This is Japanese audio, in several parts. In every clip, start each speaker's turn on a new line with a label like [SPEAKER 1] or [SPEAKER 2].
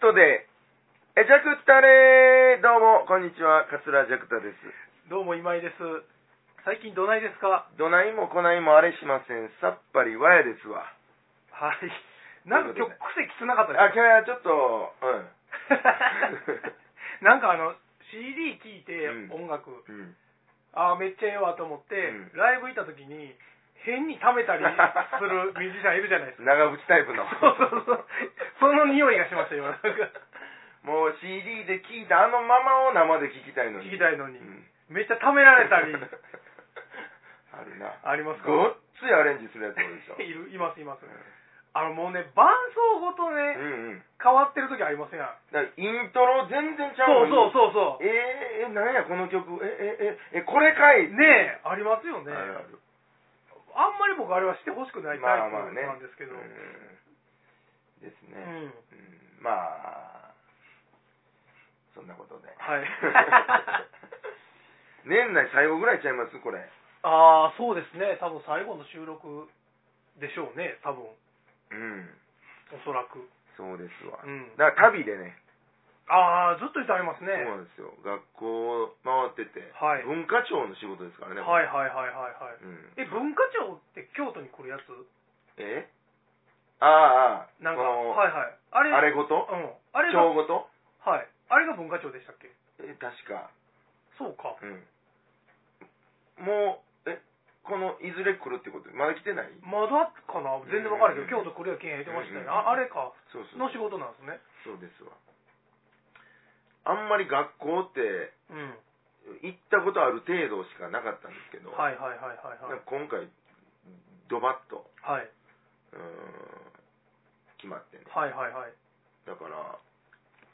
[SPEAKER 1] ことで、え、ジャクタレどうも、こんにちは、桂ジャクタです。
[SPEAKER 2] どうも今井です。最近どないですか
[SPEAKER 1] どないもこないもあれしません。さっぱりわやですわ。
[SPEAKER 2] はい。 なんか今日癖きつなかった
[SPEAKER 1] あ、
[SPEAKER 2] です
[SPEAKER 1] 今日はちょっと、うん。
[SPEAKER 2] なんかあの、CD 聴いて
[SPEAKER 1] うん
[SPEAKER 2] 音楽、
[SPEAKER 1] うん、
[SPEAKER 2] ああ、めっちゃええわと思って、
[SPEAKER 1] うん
[SPEAKER 2] ライブ行った時に、変に溜めたりするミュージシャンいるじゃないで すか。
[SPEAKER 1] 長渕タイプ の。
[SPEAKER 2] そうそうそう。その匂いがしました、今。なんか、
[SPEAKER 1] もう CD で聴いたあのままを生で聴きたいの
[SPEAKER 2] 聞
[SPEAKER 1] に。
[SPEAKER 2] きたいのに。
[SPEAKER 1] うん
[SPEAKER 2] めっちゃ溜められた り、
[SPEAKER 1] あるな。
[SPEAKER 2] ありますか
[SPEAKER 1] ごっついアレンジするやつ多いでしょ。
[SPEAKER 2] いる、います、います
[SPEAKER 1] うん。
[SPEAKER 2] あの、もうね、伴奏ごと
[SPEAKER 1] う
[SPEAKER 2] ね、
[SPEAKER 1] んうん。
[SPEAKER 2] 変わってる時ありませんやん。
[SPEAKER 1] だからイントロ全然ちゃ
[SPEAKER 2] そうう
[SPEAKER 1] のに
[SPEAKER 2] そうそうそう。
[SPEAKER 1] えー、え、なんやこの曲。え、え、え、え、これかい
[SPEAKER 2] ねえ、ありますよね。
[SPEAKER 1] あるある
[SPEAKER 2] あんまり僕あれはしてほしくないタイプなんですけど。
[SPEAKER 1] うんです
[SPEAKER 2] う
[SPEAKER 1] ね、
[SPEAKER 2] ん。
[SPEAKER 1] うんまあそんなことで
[SPEAKER 2] はい
[SPEAKER 1] 年内最後ぐらいちゃいますこれう
[SPEAKER 2] ああ、そうですね。多分最後の収録でしょうね。多分、
[SPEAKER 1] ん
[SPEAKER 2] おそらく。
[SPEAKER 1] そうですわ、
[SPEAKER 2] うん。
[SPEAKER 1] だから旅でね
[SPEAKER 2] ああ、ずっと言ってありますね。
[SPEAKER 1] そうなんですよ学校を回ってて、
[SPEAKER 2] はい
[SPEAKER 1] 文化庁の仕事ですからね、
[SPEAKER 2] はいはいはいはいはい。
[SPEAKER 1] うん、
[SPEAKER 2] え、文化庁って京都に来るやつ
[SPEAKER 1] えああああ
[SPEAKER 2] なんか、
[SPEAKER 1] この
[SPEAKER 2] はいはい。あ
[SPEAKER 1] あ
[SPEAKER 2] れ、
[SPEAKER 1] れごと
[SPEAKER 2] うん。あれが、
[SPEAKER 1] 帳ごと
[SPEAKER 2] はい。あれが文化庁でしたっけ
[SPEAKER 1] え確か
[SPEAKER 2] そうか。
[SPEAKER 1] うんもうえこのいずれ来るってことまだ来てない
[SPEAKER 2] まだかな全然わからないけど、
[SPEAKER 1] うん
[SPEAKER 2] 京都来るやけん言ってましたよ
[SPEAKER 1] う
[SPEAKER 2] ね。
[SPEAKER 1] ん
[SPEAKER 2] ああれか。
[SPEAKER 1] そうそう
[SPEAKER 2] の仕事なんですね。
[SPEAKER 1] そうですわあんまり学校って
[SPEAKER 2] うん。
[SPEAKER 1] 行ったことある程度しかなかったんですけど、
[SPEAKER 2] はいはいはいはいは
[SPEAKER 1] ないんか今回ドバッと
[SPEAKER 2] はい。
[SPEAKER 1] うーん決まってね
[SPEAKER 2] はいはいはい。
[SPEAKER 1] だから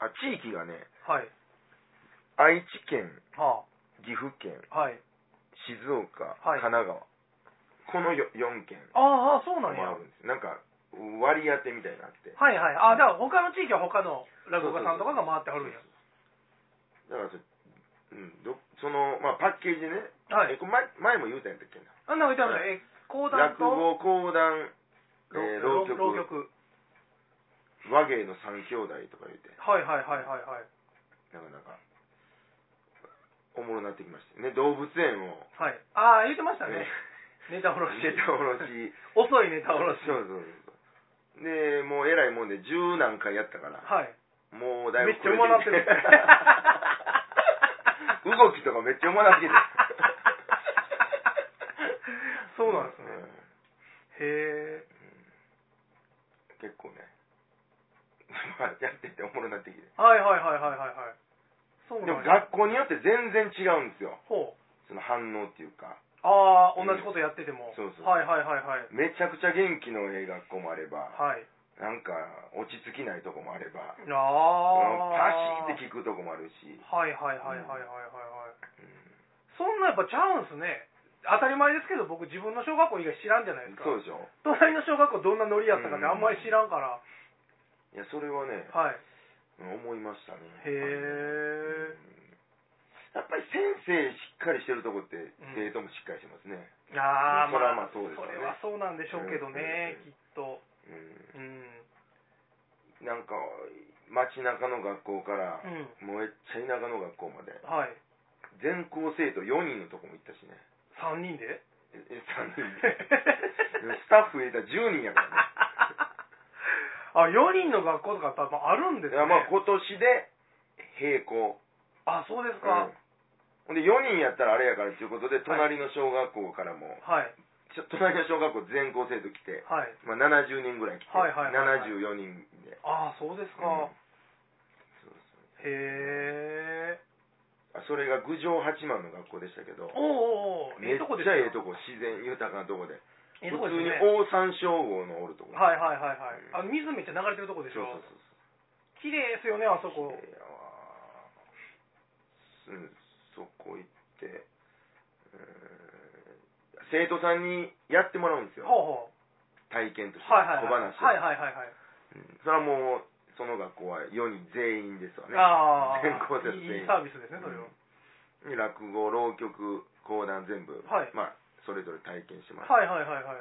[SPEAKER 1] あ地域がね
[SPEAKER 2] はい。
[SPEAKER 1] 愛知県
[SPEAKER 2] は
[SPEAKER 1] 岐阜県
[SPEAKER 2] あ、はい。
[SPEAKER 1] 静岡、
[SPEAKER 2] はい
[SPEAKER 1] 神奈川この4県
[SPEAKER 2] ああ、そうなんや。
[SPEAKER 1] もあ
[SPEAKER 2] は
[SPEAKER 1] るんですなんか割り当てみたいになって
[SPEAKER 2] いはい。ああ、だから他の地域は他の落語家さんとかが回ってはるんや。
[SPEAKER 1] だからそ,、うん、どその、まあ、パッケージね、
[SPEAKER 2] は
[SPEAKER 1] え
[SPEAKER 2] い。
[SPEAKER 1] これ前前も言うたんやったっけな
[SPEAKER 2] あんなの言ってました
[SPEAKER 1] は
[SPEAKER 2] ね。え、講談
[SPEAKER 1] 落
[SPEAKER 2] と
[SPEAKER 1] 語講談えー浪曲
[SPEAKER 2] 浪曲。
[SPEAKER 1] 和芸の三兄弟とか言うて
[SPEAKER 2] はいはいはいはいはい。
[SPEAKER 1] なかなかおもろなってきましたね動物園を
[SPEAKER 2] はい。ああ、言ってましたね
[SPEAKER 1] ね。
[SPEAKER 2] ネタおろし。
[SPEAKER 1] ネタおろし
[SPEAKER 2] 遅いネタおろし。
[SPEAKER 1] そうそうそうでもうえらいもんで十何回やったから
[SPEAKER 2] はい。
[SPEAKER 1] もうだいぶ
[SPEAKER 2] めっちゃ上手なってる
[SPEAKER 1] 動きとかめっちゃうまなってきて
[SPEAKER 2] そうなんですね。
[SPEAKER 1] うん
[SPEAKER 2] へえ。
[SPEAKER 1] 結構ねまあやってておもろなってきて
[SPEAKER 2] はいはいはいはいはいはい。そう
[SPEAKER 1] でも
[SPEAKER 2] なんや。
[SPEAKER 1] 学校によって全然違うんですよ
[SPEAKER 2] ほう。
[SPEAKER 1] その反応っていうか
[SPEAKER 2] ああ、同じことやってても。
[SPEAKER 1] そうそう
[SPEAKER 2] はいはいはいはい。
[SPEAKER 1] めちゃくちゃ元気のええ学校もあれば
[SPEAKER 2] はい。
[SPEAKER 1] なんか落ち着きないとこもあれば
[SPEAKER 2] ああ。
[SPEAKER 1] パシーって聞くとこもあるし
[SPEAKER 2] はいはいはいはいはいはいはい。そんなやっぱちゃうんすね。当たり前ですけど、僕自分の小学校以外知らんじゃないですか。
[SPEAKER 1] そうでしょ
[SPEAKER 2] 隣の小学校どんなノリやったかね、
[SPEAKER 1] うん
[SPEAKER 2] あんまり知らんから。
[SPEAKER 1] いやそれはね
[SPEAKER 2] はい。
[SPEAKER 1] 思いましたね
[SPEAKER 2] へえ。
[SPEAKER 1] やっぱり先生しっかりしてるとこって
[SPEAKER 2] ん
[SPEAKER 1] 生徒もしっかりしてますね
[SPEAKER 2] ああ、
[SPEAKER 1] それはまあ
[SPEAKER 2] まあ、
[SPEAKER 1] そうですよ
[SPEAKER 2] そ
[SPEAKER 1] ね
[SPEAKER 2] れはそうなんでしょうけどね、
[SPEAKER 1] うん
[SPEAKER 2] きっ
[SPEAKER 1] う
[SPEAKER 2] と。
[SPEAKER 1] ん
[SPEAKER 2] うん。
[SPEAKER 1] なんか街中の学校から
[SPEAKER 2] うん。
[SPEAKER 1] もうめっちゃ田舎の学校まで
[SPEAKER 2] はい。
[SPEAKER 1] 全校生徒4人のとこも行ったしね
[SPEAKER 2] 3人で
[SPEAKER 1] ええ3人 スタッフ入れたら10人やからね
[SPEAKER 2] あ、4人の学校とか多分あるんです
[SPEAKER 1] い
[SPEAKER 2] ね。
[SPEAKER 1] やまあ今年で閉校、
[SPEAKER 2] あ、そうです
[SPEAKER 1] うん
[SPEAKER 2] か。
[SPEAKER 1] ほんで4人やったらあれやからということで隣の小学校からも、
[SPEAKER 2] はい。
[SPEAKER 1] ちょ隣の小学校全校生徒来て、
[SPEAKER 2] はい。
[SPEAKER 1] まあ、70人ぐらい来て、
[SPEAKER 2] はいはいはいはい
[SPEAKER 1] 74人で、
[SPEAKER 2] ああ、そうですか。
[SPEAKER 1] うん
[SPEAKER 2] へえ。
[SPEAKER 1] あそれが郡上八幡の学校でしたけど
[SPEAKER 2] おうおうおう、
[SPEAKER 1] めっ
[SPEAKER 2] いい
[SPEAKER 1] ち
[SPEAKER 2] とこです
[SPEAKER 1] ゃええと
[SPEAKER 2] こ。
[SPEAKER 1] こ自然豊かなとこで
[SPEAKER 2] いい
[SPEAKER 1] 普
[SPEAKER 2] とこで
[SPEAKER 1] 通
[SPEAKER 2] す
[SPEAKER 1] に
[SPEAKER 2] ね。
[SPEAKER 1] 大山小郷のおるとこ、
[SPEAKER 2] はいはいはいはい。あ、水めっちゃ流れてるとこでし
[SPEAKER 1] そう
[SPEAKER 2] ょ。
[SPEAKER 1] そう
[SPEAKER 2] 綺麗ですよね、あそ
[SPEAKER 1] そう
[SPEAKER 2] こ。
[SPEAKER 1] ええわうんそこ行ってうん生徒さんにやってもらうんですよ
[SPEAKER 2] ほうほ
[SPEAKER 1] 体験とし
[SPEAKER 2] う。
[SPEAKER 1] て
[SPEAKER 2] はいはい
[SPEAKER 1] 小
[SPEAKER 2] はい。
[SPEAKER 1] 話
[SPEAKER 2] はい
[SPEAKER 1] い
[SPEAKER 2] はいはいはい。
[SPEAKER 1] それはもうその学校は4人全員ですわね
[SPEAKER 2] ああ。
[SPEAKER 1] 全校生徒全員
[SPEAKER 2] いいサービスですね、それは。
[SPEAKER 1] うん落語浪曲講談全部、
[SPEAKER 2] はい
[SPEAKER 1] まあそれぞれ体験します、
[SPEAKER 2] はいはいはいはい。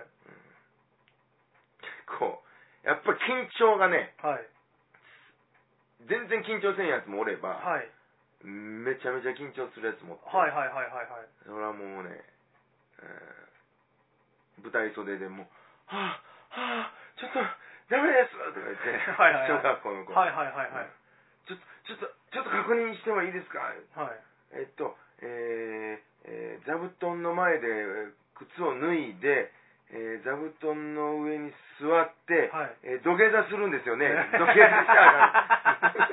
[SPEAKER 1] 結構やっぱ緊張がね
[SPEAKER 2] はい。
[SPEAKER 1] 全然緊張せんやつもおれば、
[SPEAKER 2] はい
[SPEAKER 1] めちゃめちゃ緊張するやつもおって、
[SPEAKER 2] はいはいはいはいはい
[SPEAKER 1] それはもうね、えー舞台袖でもう、はぁ、はぁ、ちょっと、ダメですとか言って、
[SPEAKER 2] はいはいはい
[SPEAKER 1] 小学校の子、
[SPEAKER 2] はいはいはいはい
[SPEAKER 1] ちょっと、ちょっと、ちょっと確認してもいいですか
[SPEAKER 2] はい
[SPEAKER 1] えっと、えーえー座布団の前でえー靴を脱いで、えー座布団の上に座って、
[SPEAKER 2] は
[SPEAKER 1] えー
[SPEAKER 2] い
[SPEAKER 1] 土下座するん ですよね。土下座したら あかん、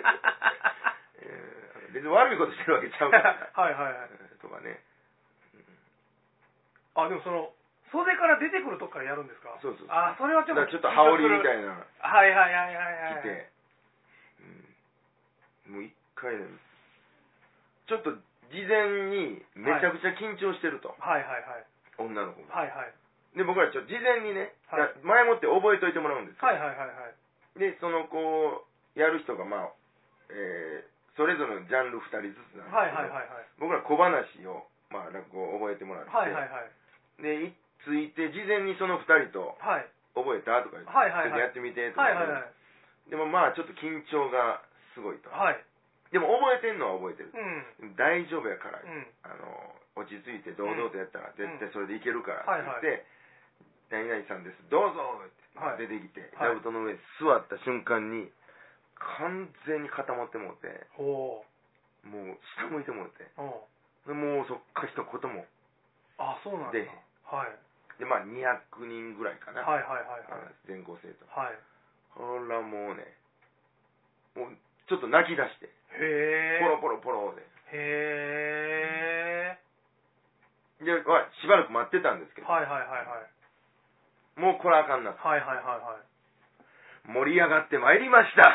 [SPEAKER 1] えー別に悪いことしてるわけちゃうから。
[SPEAKER 2] はいはいはい
[SPEAKER 1] えーとかね。
[SPEAKER 2] あでもその袖から出てくるとこからやるんですか
[SPEAKER 1] そうそうそう
[SPEAKER 2] あそれはち
[SPEAKER 1] だ
[SPEAKER 2] ょっ
[SPEAKER 1] からち
[SPEAKER 2] と
[SPEAKER 1] ょっと羽織みたいなの
[SPEAKER 2] はいはいはいはいはい
[SPEAKER 1] 着て、うん、もう一回ね、ちょっと事前にめちゃくちゃ緊張してると、
[SPEAKER 2] はいはいはい
[SPEAKER 1] 女の子が。
[SPEAKER 2] はいはい
[SPEAKER 1] で、僕らちょっと事前にね、
[SPEAKER 2] はい
[SPEAKER 1] だ前もって覚えといてもらうんですよ
[SPEAKER 2] はいはいはいはい
[SPEAKER 1] でそのこうやる人がまあ、えーそれぞれのジャンル2人ずつなんですけど、
[SPEAKER 2] はいはいはいはい
[SPEAKER 1] 僕ら小話を、まあ、落語を覚えてもらって、
[SPEAKER 2] はいはいはい
[SPEAKER 1] でいついて事前にその2人と
[SPEAKER 2] はい
[SPEAKER 1] 覚えたとか言って、
[SPEAKER 2] はいはいはい
[SPEAKER 1] ちょっとやってみてとか
[SPEAKER 2] はい
[SPEAKER 1] 言って、で
[SPEAKER 2] はいはい
[SPEAKER 1] もまあちょっと緊張がすごいと
[SPEAKER 2] はい
[SPEAKER 1] でも覚えてんのは覚えてる
[SPEAKER 2] う、ん
[SPEAKER 1] 大丈夫やから、
[SPEAKER 2] うん
[SPEAKER 1] あの落ち着いて堂々とやったら絶対それでいけるから
[SPEAKER 2] うん
[SPEAKER 1] って言って「何々さんですどうぞ」って、
[SPEAKER 2] はい
[SPEAKER 1] 出てきて
[SPEAKER 2] は
[SPEAKER 1] 座
[SPEAKER 2] い
[SPEAKER 1] 布団の上に座った瞬間に完全に固まってもうて
[SPEAKER 2] ほ
[SPEAKER 1] もう下向いてもうて
[SPEAKER 2] ううん
[SPEAKER 1] でもうそっから一言も
[SPEAKER 2] あそうなん
[SPEAKER 1] で
[SPEAKER 2] だはい
[SPEAKER 1] でまあ200人ぐらいかな、
[SPEAKER 2] はいはいはい
[SPEAKER 1] あの
[SPEAKER 2] はい
[SPEAKER 1] 全校生徒
[SPEAKER 2] はい
[SPEAKER 1] ほらもうねもうちょっと泣き出してポ
[SPEAKER 2] へ
[SPEAKER 1] ロポロポロで
[SPEAKER 2] えへ
[SPEAKER 1] で、まあ、しばらく待ってたんですけ
[SPEAKER 2] え
[SPEAKER 1] ど
[SPEAKER 2] はいはいはいはい
[SPEAKER 1] もうこれあかんな
[SPEAKER 2] はいはいはいはい
[SPEAKER 1] 盛り上がってまいりましたっ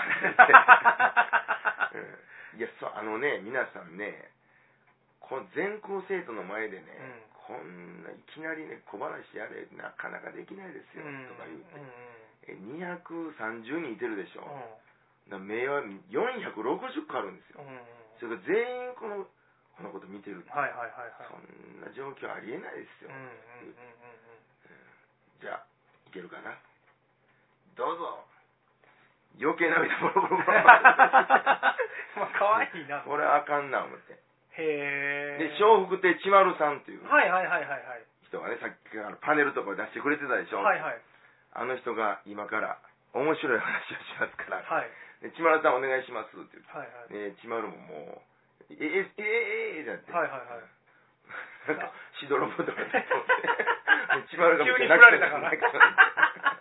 [SPEAKER 1] て 言ってうんいやそうあのね皆さんねこの全校生徒の前でね、こんないきなりね小話やれなかなかできないですよ、とか言うて、え230人いてるでしょ、だから目は460個あるんですよ、それが全員このこのこと見てるって、
[SPEAKER 2] はいはいはいはい
[SPEAKER 1] そんな状況ありえないですよ、じゃあいけるかなどうぞ余計なみボロボロボロボロ
[SPEAKER 2] まあ可愛いな
[SPEAKER 1] これあかんな思って
[SPEAKER 2] へえ
[SPEAKER 1] で笑福亭千丸さんという
[SPEAKER 2] はいはいはいはいはい
[SPEAKER 1] 人がねさっきからパネルとか出してくれてたでしょ、
[SPEAKER 2] はいはい
[SPEAKER 1] あの人が今から面白い話をしますから、
[SPEAKER 2] はい
[SPEAKER 1] で千丸さんお願いしますって言
[SPEAKER 2] はいはい
[SPEAKER 1] って、で千丸ももうええええええええだって、
[SPEAKER 2] はいはいはい
[SPEAKER 1] なんかしどろもどろ だと思って千丸が
[SPEAKER 2] 急
[SPEAKER 1] めっ
[SPEAKER 2] に
[SPEAKER 1] ち
[SPEAKER 2] 振
[SPEAKER 1] ゃ
[SPEAKER 2] ら
[SPEAKER 1] 泣き
[SPEAKER 2] れた
[SPEAKER 1] な
[SPEAKER 2] か
[SPEAKER 1] が
[SPEAKER 2] ら
[SPEAKER 1] ら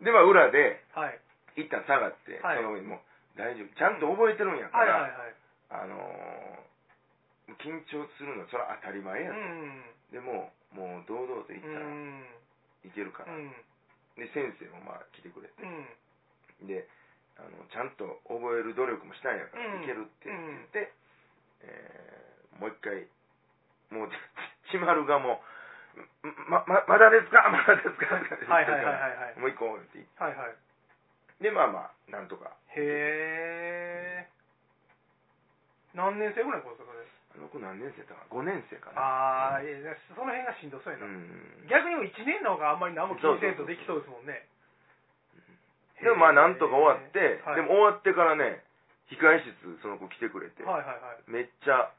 [SPEAKER 1] でまあ裏で
[SPEAKER 2] はい
[SPEAKER 1] 一旦下がって、
[SPEAKER 2] はい
[SPEAKER 1] その上にもう大丈夫ちゃんと覚えてるんやか
[SPEAKER 2] はい
[SPEAKER 1] ら、
[SPEAKER 2] はいはい
[SPEAKER 1] あのー緊張するのそれは当たり前や
[SPEAKER 2] う
[SPEAKER 1] と、
[SPEAKER 2] ん
[SPEAKER 1] でもうもう堂々と行っ
[SPEAKER 2] う
[SPEAKER 1] たら
[SPEAKER 2] ん
[SPEAKER 1] いけるか
[SPEAKER 2] う
[SPEAKER 1] ら、
[SPEAKER 2] ん
[SPEAKER 1] で先生もまあ来てくれ
[SPEAKER 2] うん
[SPEAKER 1] であのちゃんと覚える努力もしたんやから、
[SPEAKER 2] うん
[SPEAKER 1] いけるって言って、えーもう一回もう ち丸がもう「まままだですか まだですか」って言ってるから
[SPEAKER 2] はいはいはいはいはい
[SPEAKER 1] もう一個って言っ
[SPEAKER 2] はいはい
[SPEAKER 1] てでまあまあなんとか
[SPEAKER 2] へえ何年生ぐらいの子ですかそれ
[SPEAKER 1] あの子何年生だかな5年生かな
[SPEAKER 2] ああいやその辺がしんどそうや
[SPEAKER 1] う
[SPEAKER 2] な、
[SPEAKER 1] ん
[SPEAKER 2] 逆にも1年の方があんまり何も気にせんとできそうですもんね
[SPEAKER 1] でもまあなんとか終わって、
[SPEAKER 2] は
[SPEAKER 1] で
[SPEAKER 2] い
[SPEAKER 1] も終わってからね控え室その子来てくれて、
[SPEAKER 2] はいはいはい
[SPEAKER 1] めっちゃ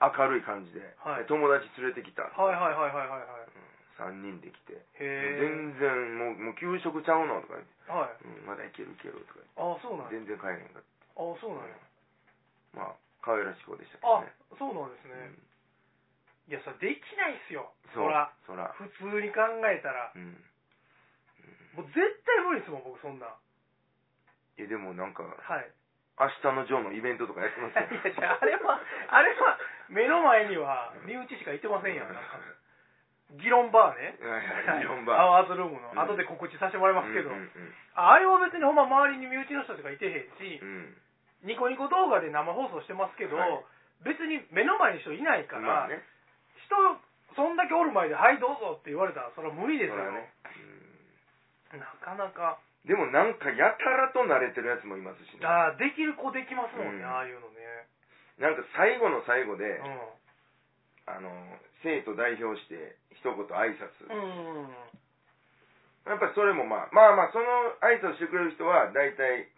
[SPEAKER 1] 明るい感じで、
[SPEAKER 2] はい
[SPEAKER 1] で友達連れてきた、
[SPEAKER 2] はいはいはいはいはいはい
[SPEAKER 1] 3人で来て
[SPEAKER 2] へえ
[SPEAKER 1] 全然もうもう給食ちゃうのとか言って、
[SPEAKER 2] はい
[SPEAKER 1] うん、まだいけるいけるとか
[SPEAKER 2] ああそうなんや
[SPEAKER 1] 言って全然帰れへんかっ
[SPEAKER 2] ああそうなんや
[SPEAKER 1] たまあ可愛らしい子でしたけど
[SPEAKER 2] あ
[SPEAKER 1] ね
[SPEAKER 2] そうなんですね、いやそれできないっすよ
[SPEAKER 1] そ
[SPEAKER 2] ほら
[SPEAKER 1] そら
[SPEAKER 2] 普通に考えたら
[SPEAKER 1] うん
[SPEAKER 2] もう絶対無理ですもん僕そんなん
[SPEAKER 1] いやでもなんか
[SPEAKER 2] はい
[SPEAKER 1] 明日のジョーのイベントとかやって
[SPEAKER 2] い
[SPEAKER 1] ます
[SPEAKER 2] や
[SPEAKER 1] よ
[SPEAKER 2] いやあれはあれは目の前には身内しかいてませ んやんなんか議論バーね
[SPEAKER 1] はいはい4番
[SPEAKER 2] アワーズルームの、
[SPEAKER 1] うん
[SPEAKER 2] 後で告知させてもらいますけど、
[SPEAKER 1] うんうん
[SPEAKER 2] あれは別にほんま周りに身内の人とかいてへんし、
[SPEAKER 1] うんうん
[SPEAKER 2] ニコニコ動画で生放送してますけど、
[SPEAKER 1] はい
[SPEAKER 2] 別に目の前に人いないから、
[SPEAKER 1] まあね
[SPEAKER 2] 人、そんだけおる前で、はい、どうぞって言われたら、それは無理
[SPEAKER 1] そ
[SPEAKER 2] ですよ。
[SPEAKER 1] らね
[SPEAKER 2] なかなか、
[SPEAKER 1] うんでもなんかやたらと慣れてるやつもいますしね
[SPEAKER 2] あーできる子できますもん
[SPEAKER 1] う
[SPEAKER 2] ね、
[SPEAKER 1] ん
[SPEAKER 2] ああいうのね。
[SPEAKER 1] なんか最後の最後で、
[SPEAKER 2] う
[SPEAKER 1] あの生徒代表して一言挨拶、
[SPEAKER 2] ん。うん。
[SPEAKER 1] やっぱりそれもまあまあまあその挨拶してくれる人は大体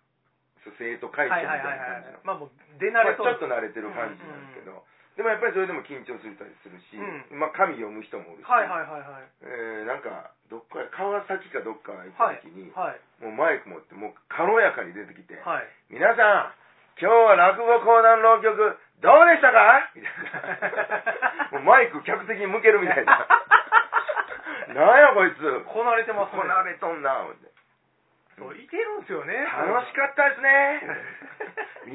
[SPEAKER 1] 生徒会長
[SPEAKER 2] は
[SPEAKER 1] み
[SPEAKER 2] いは
[SPEAKER 1] たい
[SPEAKER 2] いはい
[SPEAKER 1] な感
[SPEAKER 2] はい
[SPEAKER 1] じの。
[SPEAKER 2] まあもう出
[SPEAKER 1] まあ
[SPEAKER 2] 慣れ
[SPEAKER 1] ち
[SPEAKER 2] と
[SPEAKER 1] ょっ
[SPEAKER 2] る
[SPEAKER 1] と慣れてる感じなんですけど、でもやっぱりそれでも緊張するたりするし、
[SPEAKER 2] う
[SPEAKER 1] まあ紙読む人もおるし、
[SPEAKER 2] はいはいはいはい
[SPEAKER 1] えーなんかどっか川崎かどっか行
[SPEAKER 2] はい
[SPEAKER 1] く時に、
[SPEAKER 2] はい
[SPEAKER 1] もうマイク持ってもう軽やかに出てきて、
[SPEAKER 2] はい
[SPEAKER 1] 皆さん今日は落語講談浪曲どうでしたか みたいなもうマイク客席に向けるみたいな なんやこいつ
[SPEAKER 2] こなれてますね
[SPEAKER 1] こなれとんな思って
[SPEAKER 2] そういてるんですよね
[SPEAKER 1] 楽しかったです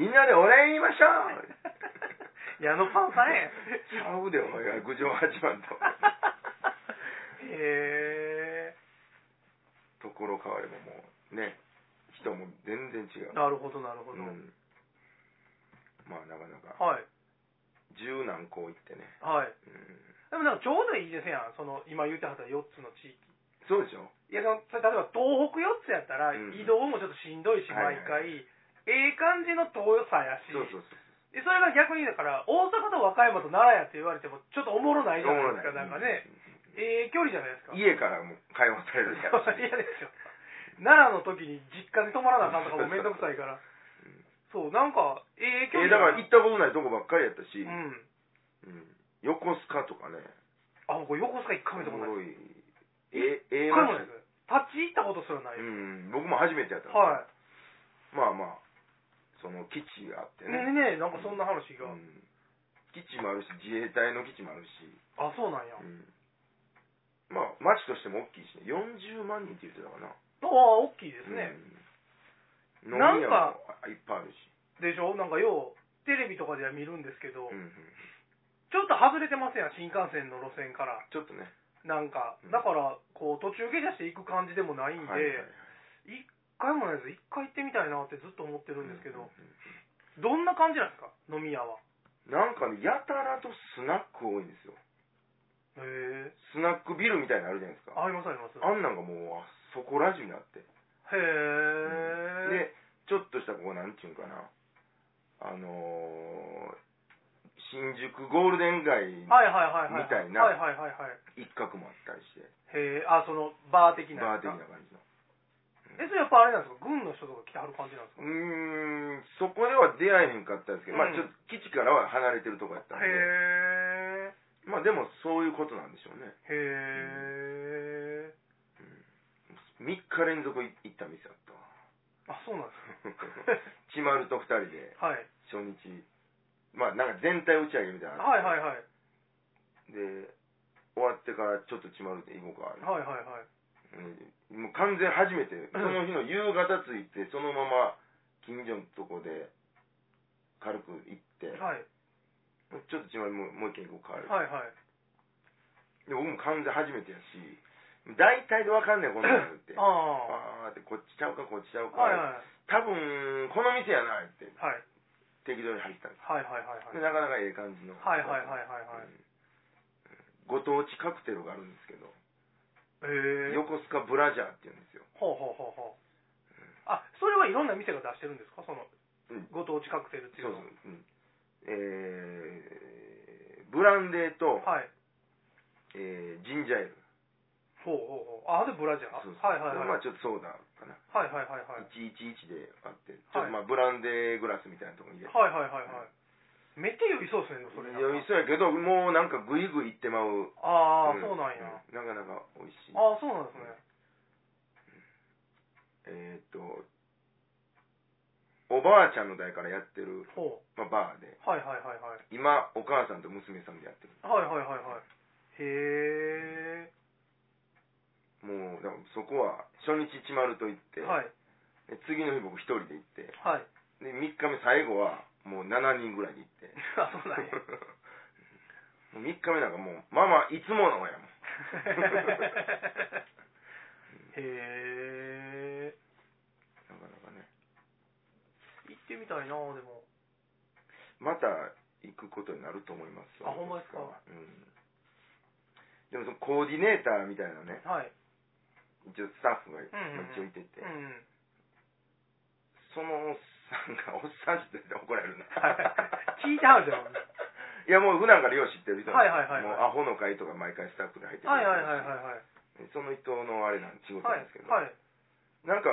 [SPEAKER 1] ね みんなでお礼言いましょう
[SPEAKER 2] 矢野パンさ んや
[SPEAKER 1] ちゃうでお前が郡上八幡と
[SPEAKER 2] へえ
[SPEAKER 1] ところ変わればもうね人も全然違う、
[SPEAKER 2] なるほどなるほ
[SPEAKER 1] う
[SPEAKER 2] ど、
[SPEAKER 1] ん、まあなかなか
[SPEAKER 2] はい
[SPEAKER 1] 十何校行ってね、
[SPEAKER 2] はい
[SPEAKER 1] うん、
[SPEAKER 2] でもなんかちょうどいいですやんその今言ってはった4つの地域
[SPEAKER 1] そうでしょ
[SPEAKER 2] いやそのそれ例えば東北4つやったら
[SPEAKER 1] うん
[SPEAKER 2] 移動もちょっとしんどいし、
[SPEAKER 1] はいはい
[SPEAKER 2] 毎回ええ感じの遠さやし
[SPEAKER 1] そうそうそう
[SPEAKER 2] でそれが逆にだから大阪と和歌山と奈良やって言われてもちょっとおもろないじゃないですかなんかね、ええ距離じゃないですか
[SPEAKER 1] うん 家からもう解放されるや
[SPEAKER 2] そう
[SPEAKER 1] つ
[SPEAKER 2] 嫌ですよ奈良の時に実家に泊まらなあかんとかもめんどくさいからそうなんかええ距
[SPEAKER 1] えだ
[SPEAKER 2] 離
[SPEAKER 1] から行ったことないとこばっかりやったし、
[SPEAKER 2] うん
[SPEAKER 1] うん横須賀とかね
[SPEAKER 2] あもうこれ横須賀一
[SPEAKER 1] す
[SPEAKER 2] 回見たことない
[SPEAKER 1] ごいえええ
[SPEAKER 2] 一回もないです立ち入ったことすらないうです、
[SPEAKER 1] ん僕も初めてやったんです
[SPEAKER 2] は
[SPEAKER 1] まあまあその基地があって
[SPEAKER 2] い
[SPEAKER 1] ね
[SPEAKER 2] ねねなんかそんな話
[SPEAKER 1] う
[SPEAKER 2] が、
[SPEAKER 1] ん基地もあるし自衛隊の基地もあるし、
[SPEAKER 2] あそうなんや、あ
[SPEAKER 1] うんまあ町としても大きいしね40万人って言ってたかな
[SPEAKER 2] あ大きいですね、
[SPEAKER 1] うん、飲
[SPEAKER 2] なんか
[SPEAKER 1] み屋もあいっぱいあるし、
[SPEAKER 2] でしょなんかようテレビとかでは見るんですけ
[SPEAKER 1] う
[SPEAKER 2] ど、
[SPEAKER 1] んうん
[SPEAKER 2] ちょっと外れてますやん新幹線の路線から
[SPEAKER 1] ちょっとね
[SPEAKER 2] なんか
[SPEAKER 1] うん
[SPEAKER 2] だからこう途中下車していく感じでもないんで、
[SPEAKER 1] はいはいはい
[SPEAKER 2] 一回もないです一回行ってみたいなってずっと思ってるんですけ
[SPEAKER 1] う
[SPEAKER 2] ど
[SPEAKER 1] ん、
[SPEAKER 2] どんな感じなんですか飲み屋は
[SPEAKER 1] なんかねやたらとスナック多いんですよ
[SPEAKER 2] へえ
[SPEAKER 1] スナックビルみたいなのあるじゃないですかあ
[SPEAKER 2] ありますありますへ
[SPEAKER 1] んなんがもうあそこら中にあって
[SPEAKER 2] え、
[SPEAKER 1] でちょっとしたここなんていうんかなあのー新宿ゴールデン街
[SPEAKER 2] はいはいはいはい
[SPEAKER 1] みたいな
[SPEAKER 2] はいはいはいはい
[SPEAKER 1] 一角もあったりして
[SPEAKER 2] へえあそのバー的
[SPEAKER 1] バ
[SPEAKER 2] な
[SPEAKER 1] ー的な
[SPEAKER 2] な
[SPEAKER 1] 感じの
[SPEAKER 2] えそれやっぱあれなんですか軍の人とか来てはる感じなんですか
[SPEAKER 1] うーんそこでは出会えへんかったんですけど、ま
[SPEAKER 2] う
[SPEAKER 1] あち
[SPEAKER 2] ん
[SPEAKER 1] ょっと基地からは離れてるとこやったんで
[SPEAKER 2] へえ
[SPEAKER 1] まあでもそういうことなんでしょうね
[SPEAKER 2] へえ
[SPEAKER 1] 3日連続い行った店だ ったわ
[SPEAKER 2] あそうなんです
[SPEAKER 1] ちまると2人で
[SPEAKER 2] かはい
[SPEAKER 1] 初日まあなんか全体打ち上げみたいなの
[SPEAKER 2] はい
[SPEAKER 1] あって
[SPEAKER 2] はいはい
[SPEAKER 1] で終わってからちょっとちまるで行こうか、
[SPEAKER 2] はいはいはい
[SPEAKER 1] うんもう完全初めてその日の夕方着いてそのまま近所のとこで軽く行って
[SPEAKER 2] はい
[SPEAKER 1] ちょっとちまるもうもう一軒行こうか、
[SPEAKER 2] はいはい
[SPEAKER 1] で僕も完全初めてやし大体でわかんねえこんなのって
[SPEAKER 2] ああ
[SPEAKER 1] あーってこっちちゃうかこっちちゃうか、
[SPEAKER 2] はいはい
[SPEAKER 1] 多分この店やなって
[SPEAKER 2] はい
[SPEAKER 1] 適当に入ったんで
[SPEAKER 2] はいはいはいはい
[SPEAKER 1] すでなかなかええ感じの
[SPEAKER 2] はいはいはいはいはい
[SPEAKER 1] うんご当地カクテルがあるんですけど、
[SPEAKER 2] へえ
[SPEAKER 1] 横須賀ブラジャーって言うんですよ
[SPEAKER 2] ほうほうほうほうあそれはいろんな店が出してるんですかその
[SPEAKER 1] うん
[SPEAKER 2] ご当地カクテルってい
[SPEAKER 1] そうう
[SPEAKER 2] の
[SPEAKER 1] そう
[SPEAKER 2] は、
[SPEAKER 1] うんえー、ブランデーと、
[SPEAKER 2] はい
[SPEAKER 1] えージンジャーエール
[SPEAKER 2] ほうほうほうあでブラジャー
[SPEAKER 1] そうそう
[SPEAKER 2] はいはい
[SPEAKER 1] ま
[SPEAKER 2] はい
[SPEAKER 1] あ
[SPEAKER 2] はい
[SPEAKER 1] ちょっとソーダかな、
[SPEAKER 2] はいはいはいはい
[SPEAKER 1] 111であってちょ
[SPEAKER 2] はい
[SPEAKER 1] っとまあブランデーグラスみたいなところに入れて
[SPEAKER 2] はいはいはいはいめっちゃ呼びそうですねでもそれなんか
[SPEAKER 1] 酔いそうやけどもうなんかグイグイいってまう
[SPEAKER 2] ああ、
[SPEAKER 1] ん
[SPEAKER 2] そうなんや、
[SPEAKER 1] うんなかなか美味しい
[SPEAKER 2] ああそうなんですね
[SPEAKER 1] えーっとおばあちゃんの代からやってる、
[SPEAKER 2] ほ
[SPEAKER 1] まあ、バーで
[SPEAKER 2] うはいはいはいはい
[SPEAKER 1] 今お母さんと娘さんでやってる
[SPEAKER 2] はいはいはいはいへ
[SPEAKER 1] もうだからそこは初日ちまると行って、
[SPEAKER 2] えはい
[SPEAKER 1] で次の日僕一人で行って
[SPEAKER 2] はい
[SPEAKER 1] で3日目最後はもう7人ぐらいで行って
[SPEAKER 2] あそうなんや
[SPEAKER 1] もう3日目なんかもうママいつものやもん
[SPEAKER 2] へえ
[SPEAKER 1] なかなかね
[SPEAKER 2] 行ってみたいなでも
[SPEAKER 1] また行くことになると思います
[SPEAKER 2] あほんまですか
[SPEAKER 1] うんでもそのコーディネーターみたいなね
[SPEAKER 2] はい
[SPEAKER 1] 一応スタッフが
[SPEAKER 2] んうんうん
[SPEAKER 1] まあ一応いてて、
[SPEAKER 2] うん
[SPEAKER 1] そのおっさんがおっさんって言ったら怒られるな
[SPEAKER 2] はい聞いてはるじゃん
[SPEAKER 1] いやもう普段からよう知ってる人なんで
[SPEAKER 2] はいはいはいはい
[SPEAKER 1] もうアホの会とか毎回スタッフで入ってく
[SPEAKER 2] はい
[SPEAKER 1] れてる
[SPEAKER 2] はいはいはいはい
[SPEAKER 1] その人のあれなん仕事
[SPEAKER 2] は
[SPEAKER 1] ないんですけど、
[SPEAKER 2] はい
[SPEAKER 1] なんか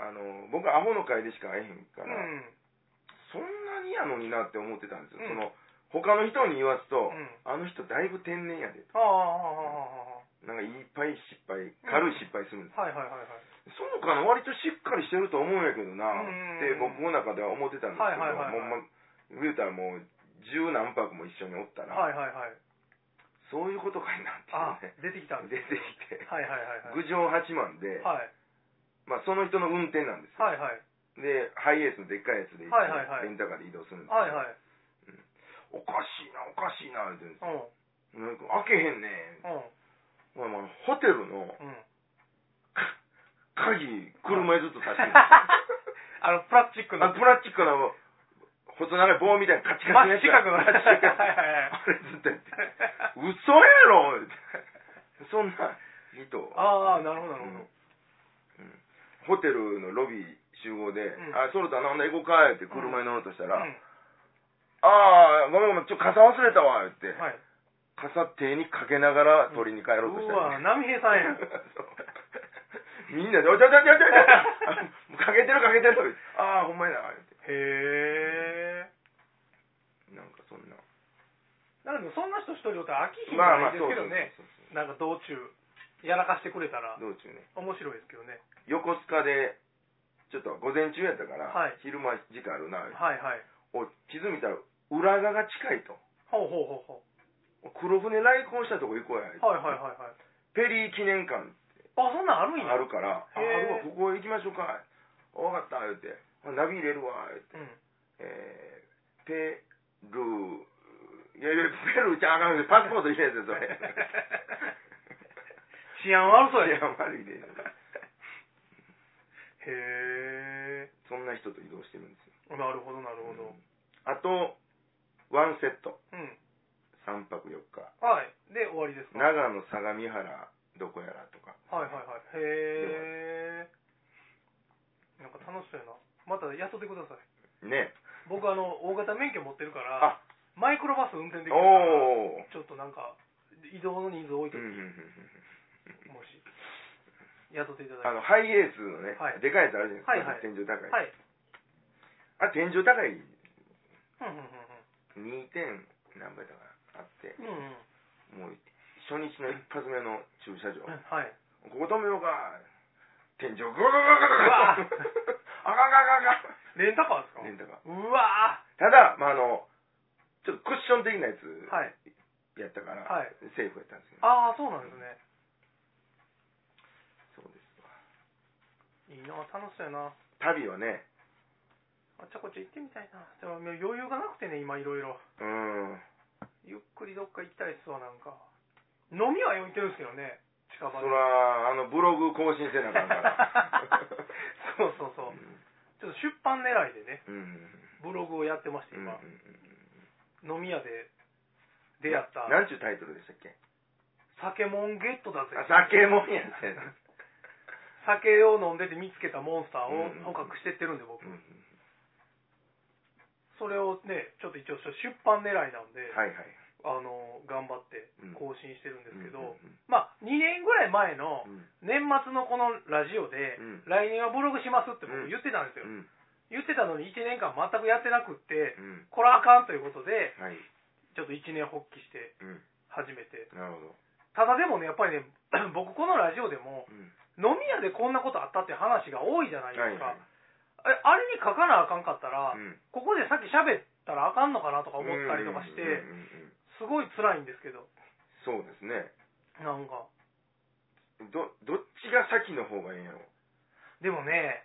[SPEAKER 1] あの僕アホの会でしか会えへん
[SPEAKER 2] う
[SPEAKER 1] から、
[SPEAKER 2] ん。
[SPEAKER 1] そんなにやのになって思ってたんですよ、そ
[SPEAKER 2] うん
[SPEAKER 1] の他の人に言わすと、
[SPEAKER 2] うん
[SPEAKER 1] あの人だいぶ天然やで
[SPEAKER 2] ああ、
[SPEAKER 1] なんかいっぱい失敗軽い失敗するんです、
[SPEAKER 2] はいはいはいはい。
[SPEAKER 1] そうかな割としっかりしてると思うんやけどな、
[SPEAKER 2] うん
[SPEAKER 1] って僕の中では思ってたんですけど、
[SPEAKER 2] はいはいはいはい
[SPEAKER 1] もうま言うたらもう十何泊も一緒におったら、
[SPEAKER 2] はいはいはい。
[SPEAKER 1] そういうことかいなっ
[SPEAKER 2] あ
[SPEAKER 1] ていうね、
[SPEAKER 2] 出てきたん
[SPEAKER 1] 出
[SPEAKER 2] です
[SPEAKER 1] て
[SPEAKER 2] ね
[SPEAKER 1] きて、
[SPEAKER 2] はいはいはいはい。
[SPEAKER 1] 郡上八幡で、
[SPEAKER 2] はい。
[SPEAKER 1] まあ、その人の運転なんですよ
[SPEAKER 2] はいはい。
[SPEAKER 1] でハイエースのでっかいやつで行って、
[SPEAKER 2] はいはいはい
[SPEAKER 1] レンタカーで移動するんです
[SPEAKER 2] はい
[SPEAKER 1] よ、
[SPEAKER 2] はい。
[SPEAKER 1] おかしいなおかしいなって言うんです
[SPEAKER 2] う
[SPEAKER 1] よ
[SPEAKER 2] ん。
[SPEAKER 1] なんか開けへんね
[SPEAKER 2] うん。
[SPEAKER 1] お前もうホテルの
[SPEAKER 2] うん。
[SPEAKER 1] 鍵車へずっと差してる
[SPEAKER 2] あの、プラスチック の。
[SPEAKER 1] あプラスチックの細長い棒みたいなカチカチの
[SPEAKER 2] 真
[SPEAKER 1] や
[SPEAKER 2] っ
[SPEAKER 1] つ
[SPEAKER 2] 近くの。
[SPEAKER 1] 真っ近く
[SPEAKER 2] はいはいはい
[SPEAKER 1] あれずっとやって嘘やろってそんな人
[SPEAKER 2] ああ、なるほどなるほど。
[SPEAKER 1] ホテルのロビー集合で「
[SPEAKER 2] ん
[SPEAKER 1] あソルタなんだ行こうか」って車に乗ろうとしたら「
[SPEAKER 2] うん
[SPEAKER 1] ああごめんごめんちょっと傘忘れたわ」って、
[SPEAKER 2] はい。
[SPEAKER 1] 傘手にかけながら取りに帰ろうとし
[SPEAKER 2] う
[SPEAKER 1] たりね
[SPEAKER 2] わ、波平さんやん。
[SPEAKER 1] そうみんなで、おちょちょちょちょちょかけてるかけてる ああ、ほんまやな、って。
[SPEAKER 2] へえ。
[SPEAKER 1] なんかそんな。
[SPEAKER 2] なんかでもそんな人一人おったら飽きひんか
[SPEAKER 1] まあま
[SPEAKER 2] ら
[SPEAKER 1] あ、
[SPEAKER 2] いいで
[SPEAKER 1] そ
[SPEAKER 2] す
[SPEAKER 1] う
[SPEAKER 2] け
[SPEAKER 1] そ
[SPEAKER 2] ど
[SPEAKER 1] う
[SPEAKER 2] ね。
[SPEAKER 1] そうそ
[SPEAKER 2] なんか道中、やらかしてくれたら
[SPEAKER 1] う。道中ね。
[SPEAKER 2] 面白いですけどね。
[SPEAKER 1] 横須賀で、ちょっと午前中やったから、
[SPEAKER 2] はい
[SPEAKER 1] 昼間時間あるな、
[SPEAKER 2] はいはい。
[SPEAKER 1] お地図見たら、浦賀が近いと。
[SPEAKER 2] ほうほうほうほ
[SPEAKER 1] 黒船来航したとこ行こうや、
[SPEAKER 2] う。はいはいはいはい。
[SPEAKER 1] ペリー記念館
[SPEAKER 2] あ、そんなんあるんや。
[SPEAKER 1] あるから、ああ
[SPEAKER 2] へ
[SPEAKER 1] るわ、
[SPEAKER 2] ー
[SPEAKER 1] ここ行きましょうか。わかった、言うて。ナビ入れるわ、言うて
[SPEAKER 2] うん。
[SPEAKER 1] えーペルー、いやいや、ペルーちゃうあかんパスポート入れるやつ やそれ。
[SPEAKER 2] 治安悪そう
[SPEAKER 1] い
[SPEAKER 2] や。
[SPEAKER 1] や、悪いで。
[SPEAKER 2] へえ。
[SPEAKER 1] そんな人と移動してるんですよ。
[SPEAKER 2] なるほどなるほど。
[SPEAKER 1] あと、ワンセット、
[SPEAKER 2] うん。
[SPEAKER 1] 3泊4日。
[SPEAKER 2] はい。で、終わりですか。
[SPEAKER 1] 長野、相模原、どこやらとか。
[SPEAKER 2] はいはいはい。へえ。なんか楽しそうやな。また雇ってください。
[SPEAKER 1] ね。
[SPEAKER 2] 僕、あの、大型免許持ってるから、
[SPEAKER 1] あ、
[SPEAKER 2] マイクロバス運転できるから、
[SPEAKER 1] おー。
[SPEAKER 2] ちょっとなんか、移動の人数多いと
[SPEAKER 1] う
[SPEAKER 2] き
[SPEAKER 1] んうんうんうん
[SPEAKER 2] もし、雇っていただ
[SPEAKER 1] あ
[SPEAKER 2] いて。
[SPEAKER 1] の、ハイエースのね、
[SPEAKER 2] はい
[SPEAKER 1] でかいやつあるじゃないですか、
[SPEAKER 2] はいはい
[SPEAKER 1] 天井高い。
[SPEAKER 2] はい。
[SPEAKER 1] あれ、天井高い、
[SPEAKER 2] うんうんうん
[SPEAKER 1] 2. 点何倍だからあって、
[SPEAKER 2] うん。うんうん。
[SPEAKER 1] もう、初日の一発目の駐車場。
[SPEAKER 2] はい。
[SPEAKER 1] ここ止めようか。天井、ぐわぐわ
[SPEAKER 2] うわ
[SPEAKER 1] ぐわぐわぐわ。あかんあかんあかんあか
[SPEAKER 2] レンタカーですか
[SPEAKER 1] ん。レンタカー
[SPEAKER 2] うわ
[SPEAKER 1] ただ、まあ、あの、ちょっとクッション的なやつ
[SPEAKER 2] ーはい。
[SPEAKER 1] やったから、
[SPEAKER 2] はい
[SPEAKER 1] セーフやったんですよ。
[SPEAKER 2] ああ、そうなんですね。
[SPEAKER 1] そうですわ
[SPEAKER 2] いいな、楽しそうやな。
[SPEAKER 1] 旅はね、
[SPEAKER 2] あっちゃこっちゃ行ってみたいな。でも余裕がなくてね、今いろいろ。
[SPEAKER 1] うーん、
[SPEAKER 2] ゆっくりどっか行きたいっすわ、なんか。飲みはよいてるんですけどね、近場
[SPEAKER 1] そ
[SPEAKER 2] で。
[SPEAKER 1] ら、あの、ブログ更新せなあかんから。
[SPEAKER 2] そうそうそう。ちょっと出版狙いでね、
[SPEAKER 1] うん。うん。
[SPEAKER 2] ブログをやってまして、
[SPEAKER 1] うん。
[SPEAKER 2] 今、
[SPEAKER 1] うん
[SPEAKER 2] 飲み屋で出会った、
[SPEAKER 1] なんちゅうタイトルでしたっけ
[SPEAKER 2] 酒もんゲットだぜ
[SPEAKER 1] あ、。酒も んやね。
[SPEAKER 2] 酒を飲んでて見つけたモンスター
[SPEAKER 1] うんうん
[SPEAKER 2] を捕獲してってるんで、僕
[SPEAKER 1] う。ん。
[SPEAKER 2] それをね、ちょっと一応出版狙いなんで、
[SPEAKER 1] はいはい。
[SPEAKER 2] あの、頑張って
[SPEAKER 1] うん
[SPEAKER 2] 更新してるんですけど、
[SPEAKER 1] うん
[SPEAKER 2] まあ、2年ぐらい前の
[SPEAKER 1] うん
[SPEAKER 2] 年末のこのラジオで、
[SPEAKER 1] うん
[SPEAKER 2] 来年はブログしますって
[SPEAKER 1] う
[SPEAKER 2] 僕
[SPEAKER 1] ん
[SPEAKER 2] 言ってたんですよ。
[SPEAKER 1] うん。
[SPEAKER 2] 言ってたのに1年間全くやってなくって、
[SPEAKER 1] うん。
[SPEAKER 2] これあかんということで、
[SPEAKER 1] はい。
[SPEAKER 2] ちょっと一年発起して
[SPEAKER 1] うん。
[SPEAKER 2] 始めて。
[SPEAKER 1] なるほど。
[SPEAKER 2] ただでもね、やっぱりね、 僕このラジオでも、
[SPEAKER 1] うん。
[SPEAKER 2] 飲み屋でこんなことあったって話が多いじゃないで
[SPEAKER 1] はい
[SPEAKER 2] すか。
[SPEAKER 1] はい。
[SPEAKER 2] えあれに書かなあかんかったら、
[SPEAKER 1] うん
[SPEAKER 2] ここでさっき喋ったらあかんのかなとか思ったりとかして、
[SPEAKER 1] うんうんうんうん
[SPEAKER 2] すごい辛いんですけど、
[SPEAKER 1] そうですね
[SPEAKER 2] なんか。
[SPEAKER 1] どどっちが先の方がいいんやろ
[SPEAKER 2] でもね、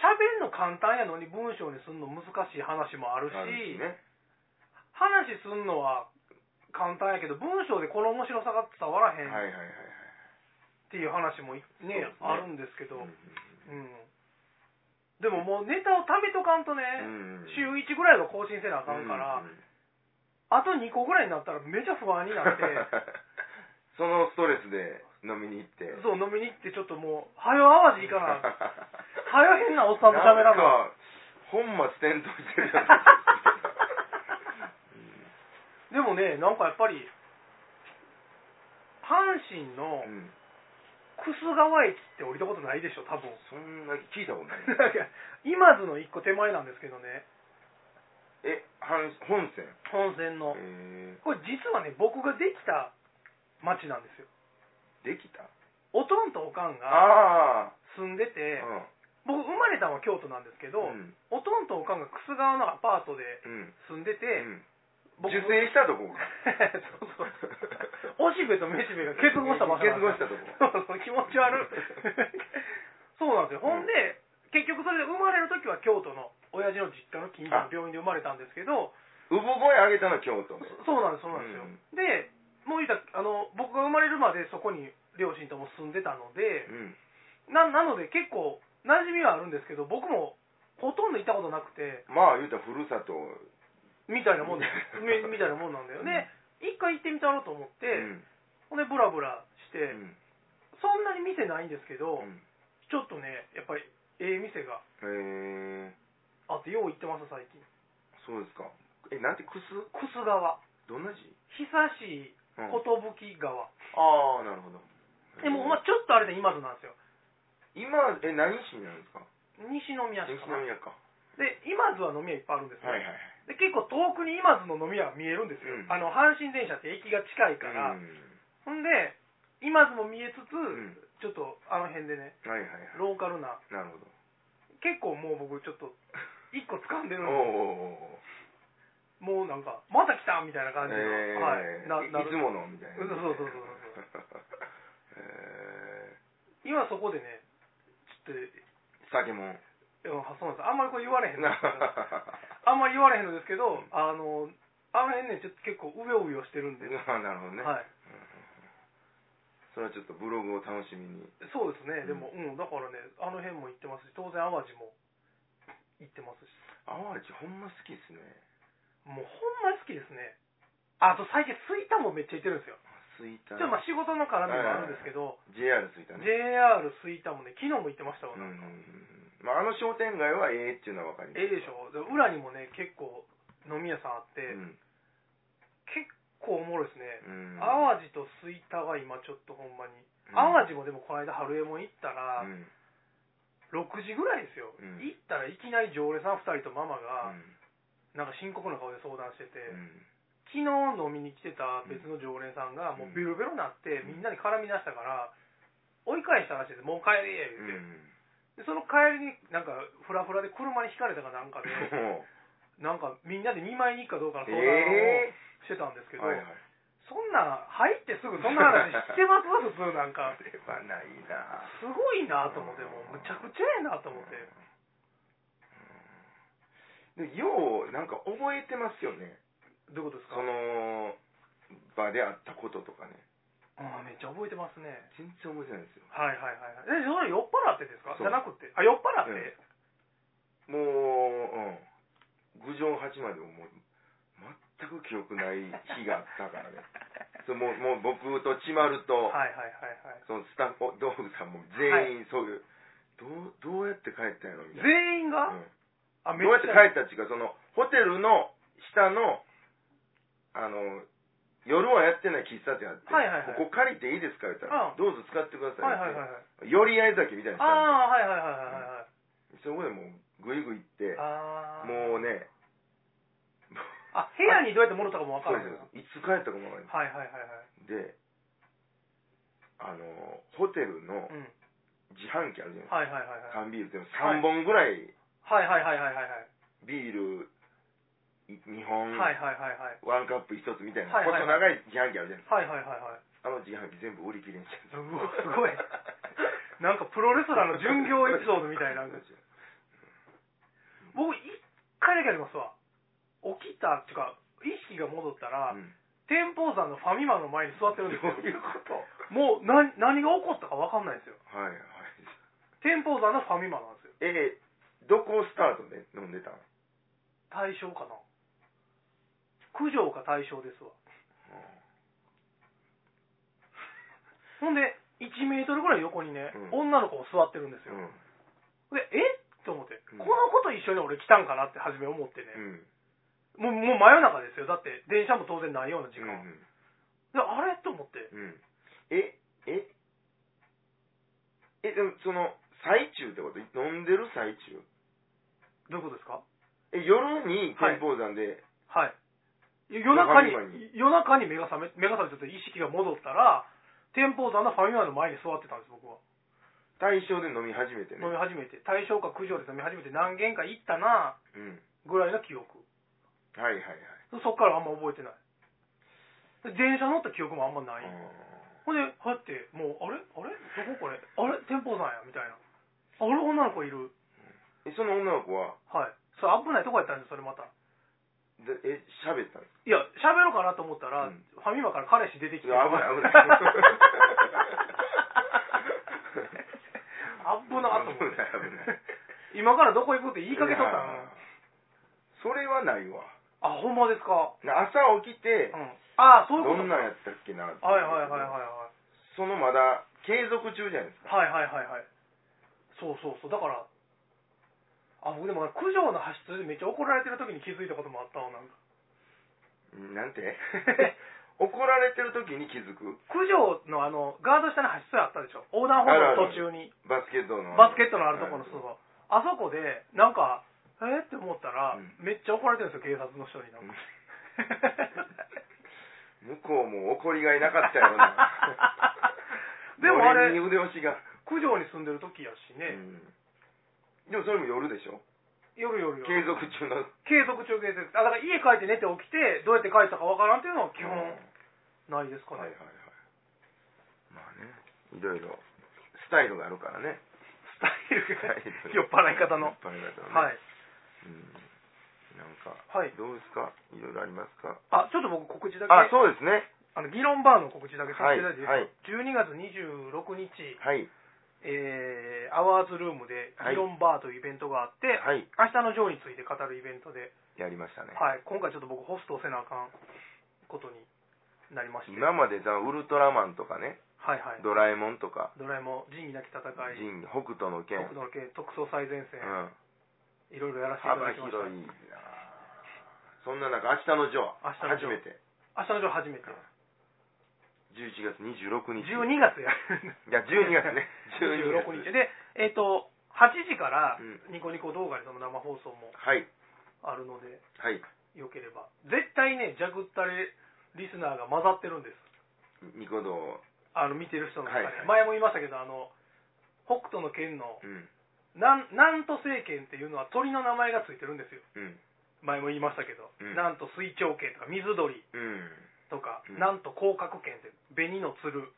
[SPEAKER 2] 喋るの簡単やのに文章にすんの難しい話もあるし、
[SPEAKER 1] あるしね
[SPEAKER 2] 話すんのは簡単やけど、文章でこの面白さが伝わらへ
[SPEAKER 1] はい
[SPEAKER 2] ん
[SPEAKER 1] はい
[SPEAKER 2] っ
[SPEAKER 1] はいはい
[SPEAKER 2] ていう話もい
[SPEAKER 1] そうです
[SPEAKER 2] ね
[SPEAKER 1] ね
[SPEAKER 2] あるんですけど、
[SPEAKER 1] うん
[SPEAKER 2] うんでももうネタを貯めとかんとね、
[SPEAKER 1] うんうん
[SPEAKER 2] 週1ぐらいは更新せなあかんから、
[SPEAKER 1] うんうん
[SPEAKER 2] あと2個ぐらいになったらめちゃ不安になって、
[SPEAKER 1] そのストレスで飲みに行って
[SPEAKER 2] そう飲みに行ってちょっともう、早淡路行かな、早変なおっさんと 喋
[SPEAKER 1] ん
[SPEAKER 2] らな。
[SPEAKER 1] か本末転倒してるやん
[SPEAKER 2] でもね、なんかやっぱり、阪神の
[SPEAKER 1] うん
[SPEAKER 2] 楠川駅って降りたことないでしょ多分
[SPEAKER 1] そんな聞いたことない
[SPEAKER 2] 今津の一個手前なんですけどね
[SPEAKER 1] え阪本線
[SPEAKER 2] 本線の
[SPEAKER 1] え
[SPEAKER 2] これ実はね僕ができた町なんですよ
[SPEAKER 1] ー、できた
[SPEAKER 2] おとんとおかんが
[SPEAKER 1] ああ
[SPEAKER 2] 住んでて
[SPEAKER 1] うん
[SPEAKER 2] 僕生まれたのは京都なんですけど、
[SPEAKER 1] うん
[SPEAKER 2] おとんとおかんが楠川のアパートで
[SPEAKER 1] うん
[SPEAKER 2] 住んでて、
[SPEAKER 1] うん
[SPEAKER 2] 僕
[SPEAKER 1] 受精したとこが
[SPEAKER 2] そうそうおしべとめしべが結合した場所なんですよ
[SPEAKER 1] 結合し
[SPEAKER 2] そうそう気持ち悪い そうなんですよほんで、結局それで生まれる時は京都の親父の実家の近所の病院で生まれたんですけど
[SPEAKER 1] 産声あげたの京都
[SPEAKER 2] そうなんですそうなんですよ、
[SPEAKER 1] うん
[SPEAKER 2] でもう言ったらあの僕が生まれるまでそこに両親とも住んでたので
[SPEAKER 1] うん
[SPEAKER 2] ななので結構馴染みはあるんですけど僕もほとんど行ったことなくて
[SPEAKER 1] まあ言うたらふるさと
[SPEAKER 2] みたいなもんでみみたいなもんなんだよね、一回行ってみたろうと思って、
[SPEAKER 1] うん
[SPEAKER 2] ほんでブラブラして、
[SPEAKER 1] うん
[SPEAKER 2] そんなに店ないんですけど、
[SPEAKER 1] うん
[SPEAKER 2] ちょっとねやっぱりええ店が
[SPEAKER 1] へえ
[SPEAKER 2] あってよう行ってます最近
[SPEAKER 1] そうですかえなんてくす
[SPEAKER 2] 楠川
[SPEAKER 1] どんな字、
[SPEAKER 2] 久しい
[SPEAKER 1] うん
[SPEAKER 2] 寿川、
[SPEAKER 1] ああなるほど
[SPEAKER 2] でもまあちょっとあれで今津なんですよ
[SPEAKER 1] 今え何市なんですか
[SPEAKER 2] 西宮市
[SPEAKER 1] 西
[SPEAKER 2] かな
[SPEAKER 1] 宮か
[SPEAKER 2] で今津は飲み屋いっぱいあるんですよ、
[SPEAKER 1] はいはい
[SPEAKER 2] で結構遠くに今津の飲み屋が見えるんですよ、
[SPEAKER 1] うん
[SPEAKER 2] あの阪神電車って駅が近いから、
[SPEAKER 1] うん
[SPEAKER 2] ほんで今津も見えつつ、
[SPEAKER 1] ん
[SPEAKER 2] ちょっとあの辺でね
[SPEAKER 1] はいはいはい
[SPEAKER 2] ローカルな
[SPEAKER 1] なるほど
[SPEAKER 2] 結構もう僕ちょっと一個掴んで
[SPEAKER 1] お
[SPEAKER 2] る
[SPEAKER 1] ー
[SPEAKER 2] んで
[SPEAKER 1] おーおー
[SPEAKER 2] もうなんかまた来たみたいな感じの、
[SPEAKER 1] えー
[SPEAKER 2] はいなないる
[SPEAKER 1] つものみたいな
[SPEAKER 2] そうそうそうそう
[SPEAKER 1] え
[SPEAKER 2] 今そこでねちょっと
[SPEAKER 1] ー酒 もん
[SPEAKER 2] いやそうなんですあんまりこれ言われへんのですけど
[SPEAKER 1] な
[SPEAKER 2] あんまり言われへんのですけど、あのあの辺ねちょっと結構うようよしてるんで、
[SPEAKER 1] るほどね、
[SPEAKER 2] はい
[SPEAKER 1] それはちょっとブログを楽しみに
[SPEAKER 2] そうですね、
[SPEAKER 1] うん
[SPEAKER 2] でもうんだからねあの辺も行ってますし当然淡路も行ってますし
[SPEAKER 1] 淡路ほんま好きですね
[SPEAKER 2] もうほんまに好きですねあと最近吹田もめっちゃ行ってるんですよ
[SPEAKER 1] 吹
[SPEAKER 2] ち
[SPEAKER 1] 田
[SPEAKER 2] ょっとまあ仕事の絡みもあるんですけど、
[SPEAKER 1] JR 吹田ね
[SPEAKER 2] JR 吹田もね昨日も行ってましたわ、
[SPEAKER 1] う
[SPEAKER 2] なん
[SPEAKER 1] うん
[SPEAKER 2] か、
[SPEAKER 1] うんまあ、あの商店街はええっていうのは分かります
[SPEAKER 2] ええでしょで裏にもね結構飲み屋さんあって、
[SPEAKER 1] うん
[SPEAKER 2] 結構おもろいですね、
[SPEAKER 1] うん、
[SPEAKER 2] 淡路と吹田が今ちょっとほんまに、淡路もでもこの間春右衛門行ったら、
[SPEAKER 1] うん
[SPEAKER 2] 6時ぐらいですよ、
[SPEAKER 1] うん
[SPEAKER 2] 行ったらいきなり常連さん2人とママが、
[SPEAKER 1] うん
[SPEAKER 2] なんか深刻な顔で相談してて、
[SPEAKER 1] うん
[SPEAKER 2] 昨日飲みに来てた別の常連さんが
[SPEAKER 1] うん
[SPEAKER 2] もうベロベロになって、
[SPEAKER 1] うん
[SPEAKER 2] みんなに絡み出したから追い返したらしいですもう帰れ
[SPEAKER 1] う
[SPEAKER 2] 言って、
[SPEAKER 1] ん
[SPEAKER 2] でその帰りになんかフラフラで車にひかれたかなんかで
[SPEAKER 1] も
[SPEAKER 2] なんかみんなで2枚に行くかどうかの
[SPEAKER 1] う
[SPEAKER 2] 相談を
[SPEAKER 1] え
[SPEAKER 2] してたんですけ
[SPEAKER 1] え
[SPEAKER 2] ど、
[SPEAKER 1] はいはい
[SPEAKER 2] そんな入ってすぐそんな話してますわ普通なんか
[SPEAKER 1] あれはないな
[SPEAKER 2] すごいなと思ってもうむちゃくちゃやなと思って
[SPEAKER 1] でようなんか覚えてますよね
[SPEAKER 2] どういうことですか
[SPEAKER 1] その場であったこととかね
[SPEAKER 2] あーめっちゃ覚えてますね
[SPEAKER 1] 全然覚えてないんですよ
[SPEAKER 2] はいはいはいはいえそれ酔っ払ってですか
[SPEAKER 1] そ
[SPEAKER 2] じ
[SPEAKER 1] う
[SPEAKER 2] ゃなくてあ酔っ払って、
[SPEAKER 1] うんもう、うん、郡上八までももう全く記憶ない日があったから ねそうもうもう僕と千丸と、
[SPEAKER 2] はいはいはいはい
[SPEAKER 1] そのスタッフ道具さんも全員そういう、どうどうやって帰ったんやろみたいな、
[SPEAKER 2] 全員が、
[SPEAKER 1] うん
[SPEAKER 2] あめ
[SPEAKER 1] どうやって帰
[SPEAKER 2] っ
[SPEAKER 1] ったっていうかそのホテルの下のあの夜はやってない喫茶店あって、
[SPEAKER 2] はいはいはい
[SPEAKER 1] ここ借りていいですか言ったら、
[SPEAKER 2] うん
[SPEAKER 1] どうぞ使ってくだ
[SPEAKER 2] はいは
[SPEAKER 1] さい
[SPEAKER 2] いはいはい
[SPEAKER 1] って、寄り合い酒みたいにし
[SPEAKER 2] あ
[SPEAKER 1] たん
[SPEAKER 2] あはいはいはいはいはい
[SPEAKER 1] ですよそこでもうグイグイ行って
[SPEAKER 2] ああ
[SPEAKER 1] もうね
[SPEAKER 2] あ部屋にどうやって戻ったかもわか
[SPEAKER 1] そう
[SPEAKER 2] ら
[SPEAKER 1] で
[SPEAKER 2] ないな
[SPEAKER 1] すいつ帰ったかもわからない
[SPEAKER 2] はいはいはいは
[SPEAKER 1] であのホテルの
[SPEAKER 2] いうん
[SPEAKER 1] 自販機あるじゃないですか
[SPEAKER 2] はいはいはいはい
[SPEAKER 1] 缶ビールでも3本ぐらい
[SPEAKER 2] はいはいはいはいはい
[SPEAKER 1] ビール2本、
[SPEAKER 2] はいはいはいはい
[SPEAKER 1] ワンカップ1つみたいな、
[SPEAKER 2] はいはい
[SPEAKER 1] 細長い自販機あるじゃないですか
[SPEAKER 2] はいはいはいはい
[SPEAKER 1] あの自販機全部売り切れにしちゃった。
[SPEAKER 2] うわすごいなんかプロレスラーの巡業エピソードみたいな
[SPEAKER 1] そうですよ
[SPEAKER 2] 僕一回だけありますわ起きたっていうか意識が戻ったら、
[SPEAKER 1] うん
[SPEAKER 2] 天保山のファミマの前に座って
[SPEAKER 1] どう
[SPEAKER 2] るんですよ
[SPEAKER 1] いうこと
[SPEAKER 2] もう何何が起こったか分かんないんですよ
[SPEAKER 1] はいはい。
[SPEAKER 2] 天保山のファミマなんですよ
[SPEAKER 1] えー、どこスタートで飲んでたの
[SPEAKER 2] 大正かな九条か大正ですわほんで1メートルぐらい横にね、
[SPEAKER 1] う
[SPEAKER 2] 女の子も座ってるんですよ、
[SPEAKER 1] うん。
[SPEAKER 2] でえっと思って、
[SPEAKER 1] うん
[SPEAKER 2] この子と一緒に俺来たんかなって初め思ってね、
[SPEAKER 1] うん。
[SPEAKER 2] もうもう真夜中ですよだって電車も当然ないような時
[SPEAKER 1] う
[SPEAKER 2] 間、
[SPEAKER 1] ん。
[SPEAKER 2] であれと思って
[SPEAKER 1] うん。え、え、その、最中ってこと飲んでる最中
[SPEAKER 2] どういうことですか
[SPEAKER 1] え、夜に天保山で、
[SPEAKER 2] はい。夜中に
[SPEAKER 1] 夜中に、
[SPEAKER 2] 夜中に目が覚め、目が覚めてちょっと意識が戻ったら、天保山のファミマの前に座ってたんです、僕は。
[SPEAKER 1] 対象で飲み始めてね
[SPEAKER 2] 飲。み始めて、大正か九条で飲み始めて何軒か行ったな、
[SPEAKER 1] うん。
[SPEAKER 2] ぐらいの記憶。
[SPEAKER 1] はいはいはい。
[SPEAKER 2] そっからあんま覚えてない。で電車乗った記憶もあんまない。
[SPEAKER 1] う
[SPEAKER 2] ほんで、はって、もう、あれあれどここれあれ天保山やみたいな。あれ女の子いる。
[SPEAKER 1] んえ、その女の子は、
[SPEAKER 2] はい。それ危ないとこやったんですよ、それまた。
[SPEAKER 1] でえ、喋ったんです
[SPEAKER 2] いや、喋ろうかなと思った
[SPEAKER 1] う
[SPEAKER 2] ら、
[SPEAKER 1] ん
[SPEAKER 2] ファミマから彼氏出てきて。
[SPEAKER 1] うわ危 ない危ない 危ない
[SPEAKER 2] 危なかったもん
[SPEAKER 1] 危ない
[SPEAKER 2] 今からどこ行くって言いかけとった
[SPEAKER 1] い
[SPEAKER 2] ん
[SPEAKER 1] やそれはないわ。
[SPEAKER 2] あ、ほんまですか。
[SPEAKER 1] な朝起きて
[SPEAKER 2] う、ん。ああ、そういう
[SPEAKER 1] ど
[SPEAKER 2] こと
[SPEAKER 1] んなんやったっけなって
[SPEAKER 2] はいはいはいはいはい。
[SPEAKER 1] そのまだ継続中じゃないですか。
[SPEAKER 2] はいはいはいはい。そうそうそう。だから、あ、僕でも九条の発出でめっちゃ怒られてる時に気づいたこともあったわ、なんか。
[SPEAKER 1] なん て怒られてる時に気づく
[SPEAKER 2] 九条のあの、ガード下の発出あったでしょ。横断歩道の途中に。
[SPEAKER 1] バスケットの。
[SPEAKER 2] バスケットのあるところの、
[SPEAKER 1] はい
[SPEAKER 2] そうそうあそこで、なんか、えー、って思ったら、
[SPEAKER 1] うん
[SPEAKER 2] めっちゃ怒られてるんですよ、警察の人になんか。。
[SPEAKER 1] 向こうも怒りがいなかったよな
[SPEAKER 2] でもあれ
[SPEAKER 1] 俺に腕押しが。
[SPEAKER 2] 九条に住んでる時やし
[SPEAKER 1] う
[SPEAKER 2] ね、
[SPEAKER 1] んでもそれも夜でしょ
[SPEAKER 2] 夜夜夜。
[SPEAKER 1] 継続中の。
[SPEAKER 2] 継続中継続あだから家帰って寝て起きてどうやって帰ったかわからんっていうのは基本ないですか
[SPEAKER 1] はいはいはい
[SPEAKER 2] ね、。
[SPEAKER 1] まあね、いろいろ、スタイルがあるからね。
[SPEAKER 2] スタイルが
[SPEAKER 1] スタイル
[SPEAKER 2] 酔っ払い方の
[SPEAKER 1] 酔っ払い方のね。
[SPEAKER 2] はい
[SPEAKER 1] うんなんか、
[SPEAKER 2] はい
[SPEAKER 1] どうですかいろいろありますか
[SPEAKER 2] あちょっと僕告知だけ
[SPEAKER 1] あ
[SPEAKER 2] あ、
[SPEAKER 1] そうですね。
[SPEAKER 2] の議論バーの告知だけさ
[SPEAKER 1] はい。
[SPEAKER 2] せていただい
[SPEAKER 1] はい。
[SPEAKER 2] て、12月26日、
[SPEAKER 1] はい。
[SPEAKER 2] えー、アワーズルームで議論バーというイベントがあって、
[SPEAKER 1] はい。
[SPEAKER 2] 明日のジョーについて語るイベントで、
[SPEAKER 1] やりましたね。
[SPEAKER 2] はい、今回ちょっと僕ホストをせなあかんことになりまして
[SPEAKER 1] 今までザ・ウルトラマンとかね、
[SPEAKER 2] はいはい
[SPEAKER 1] ドラえもんとか、
[SPEAKER 2] ドラえもん仁義なき戦い
[SPEAKER 1] ジン、北斗の
[SPEAKER 2] 北
[SPEAKER 1] 剣、
[SPEAKER 2] 斗の拳特捜最前線、
[SPEAKER 1] うん、
[SPEAKER 2] いろいろやらせていた
[SPEAKER 1] 幅
[SPEAKER 2] だきました
[SPEAKER 1] 広いなそんな中、明日のジョー、
[SPEAKER 2] 明日のジョー
[SPEAKER 1] 初めて、
[SPEAKER 2] 明日の夜初めて
[SPEAKER 1] 11月26日。
[SPEAKER 2] 12月や
[SPEAKER 1] いや、12月 ね。12
[SPEAKER 2] 26
[SPEAKER 1] 月。
[SPEAKER 2] 日でえっ、と8時から
[SPEAKER 1] うん
[SPEAKER 2] ニコニコ動画でその生放送も
[SPEAKER 1] はい。
[SPEAKER 2] あるので
[SPEAKER 1] はい。
[SPEAKER 2] よければ絶対ねジャグったれリスナーが混ざってるんです
[SPEAKER 1] ニコ動、
[SPEAKER 2] あの見てる人の中に、
[SPEAKER 1] はい
[SPEAKER 2] 前も言いましたけどあの北斗の拳の
[SPEAKER 1] うん。
[SPEAKER 2] なんなんと政権っていうのは鳥の名前がついてるんですよ
[SPEAKER 1] うん。
[SPEAKER 2] 前も言いましたけど、
[SPEAKER 1] うん
[SPEAKER 2] なんと水鳥拳とか水鳥
[SPEAKER 1] うん。
[SPEAKER 2] とか、
[SPEAKER 1] うん
[SPEAKER 2] なんと甲殻拳って紅の鶴
[SPEAKER 1] うん。
[SPEAKER 2] っ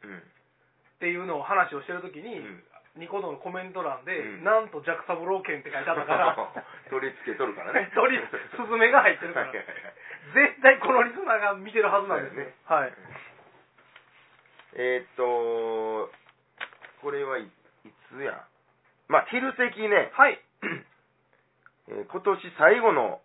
[SPEAKER 2] ていうのを話をしてるときに、
[SPEAKER 1] うん
[SPEAKER 2] ニコ動のコメント欄で、
[SPEAKER 1] うん
[SPEAKER 2] なんとジャクサブロー剣って書いてあったから、
[SPEAKER 1] 取り付けとるから ね。
[SPEAKER 2] 鳥、スズメが入ってるから、
[SPEAKER 1] はいはい
[SPEAKER 2] 絶
[SPEAKER 1] はい
[SPEAKER 2] 対このリスナーが見てるはずなんですね。はい。
[SPEAKER 1] えーっと、これはいいつやまあ、昼席ね、
[SPEAKER 2] はい。
[SPEAKER 1] えー今年最後の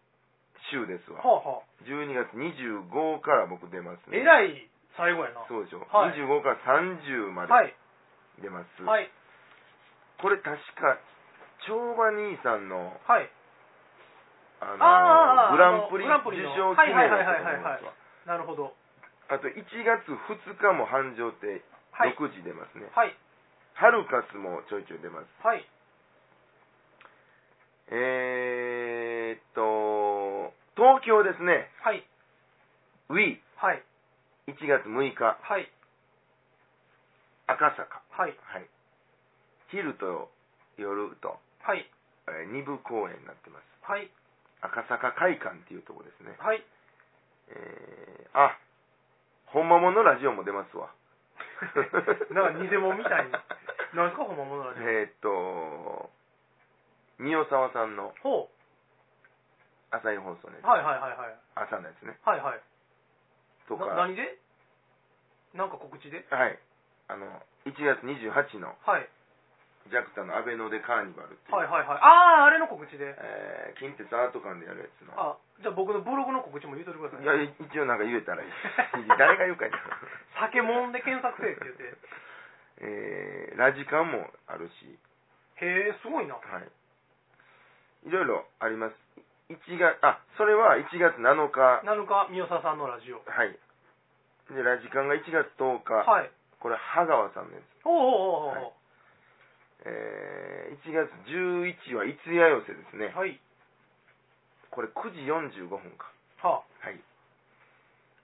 [SPEAKER 1] 週ですわ。
[SPEAKER 2] はあはあ。
[SPEAKER 1] 12月25から僕出ます
[SPEAKER 2] え
[SPEAKER 1] ね。
[SPEAKER 2] らい最後やな。
[SPEAKER 1] そうでしょ。
[SPEAKER 2] はい
[SPEAKER 1] 25から30まで
[SPEAKER 2] はい。
[SPEAKER 1] 出ます。
[SPEAKER 2] はい。
[SPEAKER 1] これ確か、長馬兄さんの、
[SPEAKER 2] はい。
[SPEAKER 1] あの
[SPEAKER 2] あー
[SPEAKER 1] グランプリ
[SPEAKER 2] あのグランプリの
[SPEAKER 1] 受賞記念のと思い
[SPEAKER 2] はいはいはいは
[SPEAKER 1] ま
[SPEAKER 2] い
[SPEAKER 1] すわ
[SPEAKER 2] なるほど。
[SPEAKER 1] あと1月2日も繁盛亭
[SPEAKER 2] はい。
[SPEAKER 1] 6時出ますね。
[SPEAKER 2] はい。
[SPEAKER 1] ハルカスもちょいちょい出ます。
[SPEAKER 2] はい。
[SPEAKER 1] えーっと、東京ですね、
[SPEAKER 2] はい。
[SPEAKER 1] WE、
[SPEAKER 2] はい。
[SPEAKER 1] 1月6日、
[SPEAKER 2] はい。
[SPEAKER 1] 赤坂。
[SPEAKER 2] はい。
[SPEAKER 1] はい。昼と夜と、
[SPEAKER 2] はい。
[SPEAKER 1] え2部公演になってます。
[SPEAKER 2] はい。
[SPEAKER 1] 赤坂会館っていうとこですね。
[SPEAKER 2] はい。
[SPEAKER 1] えー、あ、ほんまもんのラジオも出ますわ。
[SPEAKER 2] なんか偽物 みたいに。なんすか、ほんまものだね。
[SPEAKER 1] えーっと、三代沢さんの
[SPEAKER 2] ほう。
[SPEAKER 1] 朝日放送ね、
[SPEAKER 2] はいはいはいはい。
[SPEAKER 1] 朝のやつね、
[SPEAKER 2] はいはい。
[SPEAKER 1] とか、
[SPEAKER 2] な
[SPEAKER 1] はい、
[SPEAKER 2] 何でなんか告知で
[SPEAKER 1] あの、1月28の
[SPEAKER 2] はい。
[SPEAKER 1] ジャクタのアベノデカーニバルっていう、
[SPEAKER 2] はいはいはい。ああ、あれの告知で。
[SPEAKER 1] えー近鉄アート館でやるやつの、
[SPEAKER 2] あ、じゃあ僕のブログの告知も言うといてください。
[SPEAKER 1] い や、一応なんか言えたらいい。誰が言うかいな。
[SPEAKER 2] 酒もんで検索せえって言って。
[SPEAKER 1] えー、ラジカンもあるし、
[SPEAKER 2] へえ、すごいな。は
[SPEAKER 1] はい。いろいろあります。1月、あ、それは1月7日。
[SPEAKER 2] 7日、三代さんのラジオ。
[SPEAKER 1] はい。で、ラジカンが1月10日。
[SPEAKER 2] はい。
[SPEAKER 1] これ、羽川さんのやつ。
[SPEAKER 2] おうおうおうおう、
[SPEAKER 1] はいえー1月11は五谷寄せですね。
[SPEAKER 2] はい。
[SPEAKER 1] これ9時45分か。
[SPEAKER 2] は
[SPEAKER 1] はい。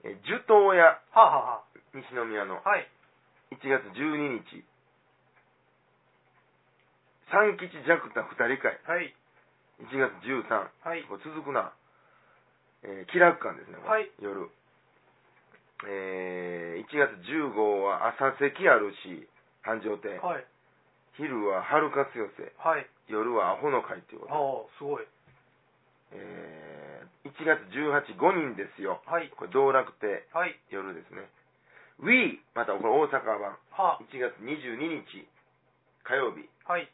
[SPEAKER 1] えー、樹東屋、
[SPEAKER 2] あ、はあ、は
[SPEAKER 1] 西宮の
[SPEAKER 2] あ、はあ。はい。
[SPEAKER 1] 1月12日。三吉ジャクタ二人会、
[SPEAKER 2] はい。
[SPEAKER 1] 1月13。
[SPEAKER 2] はい。
[SPEAKER 1] これ続くな。えー、気楽館ですね、これ
[SPEAKER 2] はい
[SPEAKER 1] 夜。えー、1月15は朝席あるし、繁盛亭。
[SPEAKER 2] はい。
[SPEAKER 1] 昼は春活寄せ、
[SPEAKER 2] はい。
[SPEAKER 1] 夜はアホの会ということで。
[SPEAKER 2] はあ、すごい。
[SPEAKER 1] えー、1月18、5人ですよ。
[SPEAKER 2] はい。
[SPEAKER 1] これ、道楽亭、
[SPEAKER 2] はい。
[SPEAKER 1] 夜ですね。We! また、これ、大阪版。
[SPEAKER 2] は
[SPEAKER 1] 1月22日、火曜日。
[SPEAKER 2] あ、はい。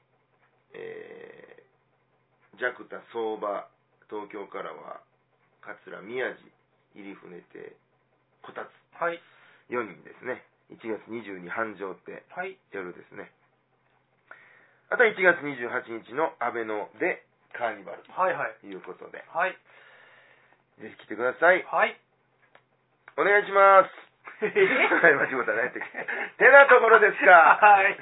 [SPEAKER 1] えー、ジャクタ相場、東京からは、桂宮治、入船亭、こたつ。
[SPEAKER 2] はい。
[SPEAKER 1] 4人ですね。1月22、繁盛亭、
[SPEAKER 2] はい。
[SPEAKER 1] 夜ですね。あとは1月28日の安倍野で、カーニバル
[SPEAKER 2] はい。はい。
[SPEAKER 1] ということで、
[SPEAKER 2] はい。
[SPEAKER 1] ぜひ来てください。
[SPEAKER 2] はい。
[SPEAKER 1] お願いします。
[SPEAKER 2] え
[SPEAKER 1] はい、間違ったね。てなところですか。
[SPEAKER 2] はい。